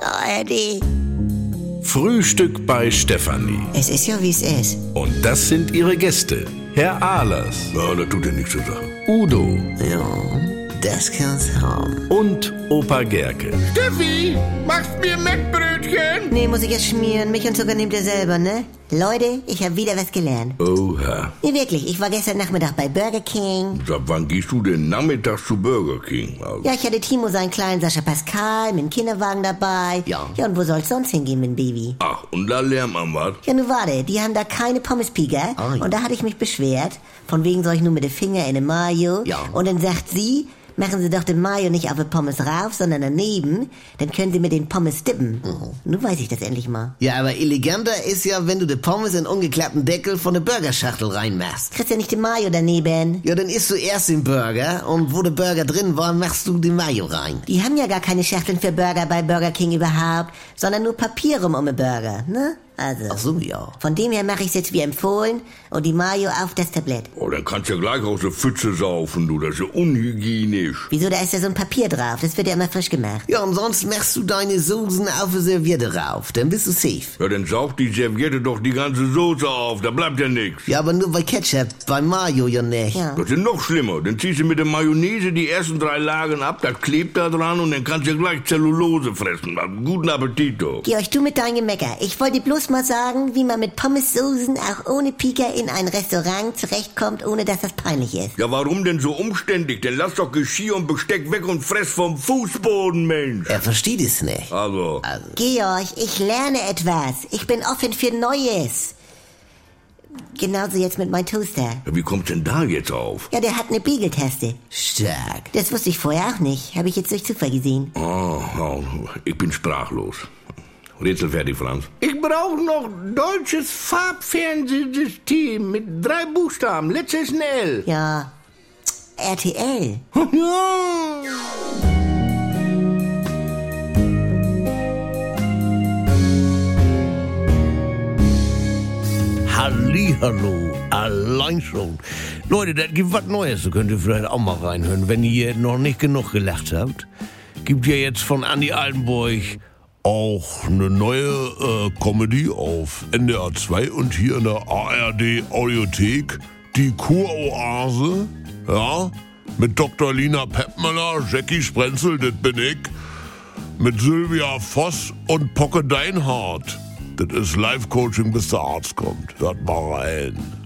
ARD. Frühstück bei Stefanie. Es ist ja, wie es ist. Und das sind ihre Gäste. Herr Ahlers, Ja, das tut dir nichts zu sagen. Udo Ja, das kann's haben. und Opa Gerke. Steffi, machst mir Mettbrötchen? Nee, muss ich jetzt schmieren. Milch und Zucker nehmt ihr selber, ne? Leute, ich habe wieder was gelernt. Oha. Nee, wirklich, ich war gestern Nachmittag bei Burger King. Sag, wann gehst du denn nachmittags zu Burger King? Also, Ja, ich hatte Timo seinen kleinen Sascha Pascal mit dem Kinderwagen dabei. Ja. Ja, und wo soll's sonst hingehen mit dem Baby? Ach, und da lernt man was. Ja, nun warte, die haben da keine Pommespieger. Ah, ja. Und da hatte ich mich beschwert, von wegen soll ich nur mit dem Finger in den Mayo. Ja. Und dann sagt sie, machen Sie doch den Mayo nicht auf die Pommes rauf, sondern daneben, dann können Sie mit den Pommes dippen. Nun weiß ich das endlich mal. Ja, aber eleganter ist ja, wenn du die Pommes in ungeklappten Deckel von der Burgerschachtel reinmachst. Kriegst ja nicht den Mayo daneben. Ja, dann isst du erst den Burger und wo der Burger drin war, machst du den Mayo rein. Die haben ja gar keine Schachteln für Burger bei Burger King überhaupt, sondern nur Papier rum um den Burger, ne? Also. Ach so, ja. Von dem her mache ich es jetzt wie empfohlen und die Mayo auf das Tablett. Oh, dann kannst du ja gleich aus der Pfütze saufen, du. Das ist ja unhygienisch. Wieso, da ist ja so ein Papier drauf, das wird ja immer frisch gemacht. Ja, und sonst machst du deine Soßen auf eine Serviette rauf, dann bist du safe. Ja, dann sauft die Serviette doch die ganze Soße auf. Da bleibt ja nichts. Ja, aber nur bei Ketchup, bei Mayo ja nicht. Ja. Das ist noch schlimmer. Dann ziehst du mit der Mayonnaise die ersten drei Lagen ab, das klebt da dran und dann kannst du ja gleich Zellulose fressen. Guten Appetit, doch. Geh euch du mit deinem Gemecker. Ich wollte bloß mal sagen, wie man mit Pommessoßen auch ohne Pika in ein Restaurant zurechtkommt, ohne dass das peinlich ist. Ja, warum denn so umständlich? Dann lass doch Geschirr und Besteck weg und fress vom Fußboden, Mensch. Er versteht es nicht. Also, Georg, ich lerne etwas. Ich bin offen für Neues. Genauso jetzt mit meinem Toaster. wie kommt denn da jetzt auf? Ja, der hat eine Biegeltaste. Stark. Das wusste ich vorher auch nicht. Habe ich jetzt durch Zufall gesehen. Oh, oh, ich bin sprachlos. Rätsel fertig, Franz. Ich brauche noch deutsches Farbfernsehsystem mit drei Buchstaben. Letztes ein L. Ja. RTL. Hm. Ja. Hallihallo, allein schon. Leute, das gibt was Neues, da könnt ihr vielleicht auch mal reinhören. Wenn ihr noch nicht genug gelacht habt, gibt ja jetzt von Andy Altenburg auch eine neue äh, Comedy auf NDR 2 und hier in der ARD Audiothek. Die Kuroase, ja, mit Dr. Lina Peppmüller, Jackie Sprenzel, das bin ich mit Sylvia Voss und Pocke Deinhardt. Das ist Live-Coaching, bis der Arzt kommt. Hört mal rein.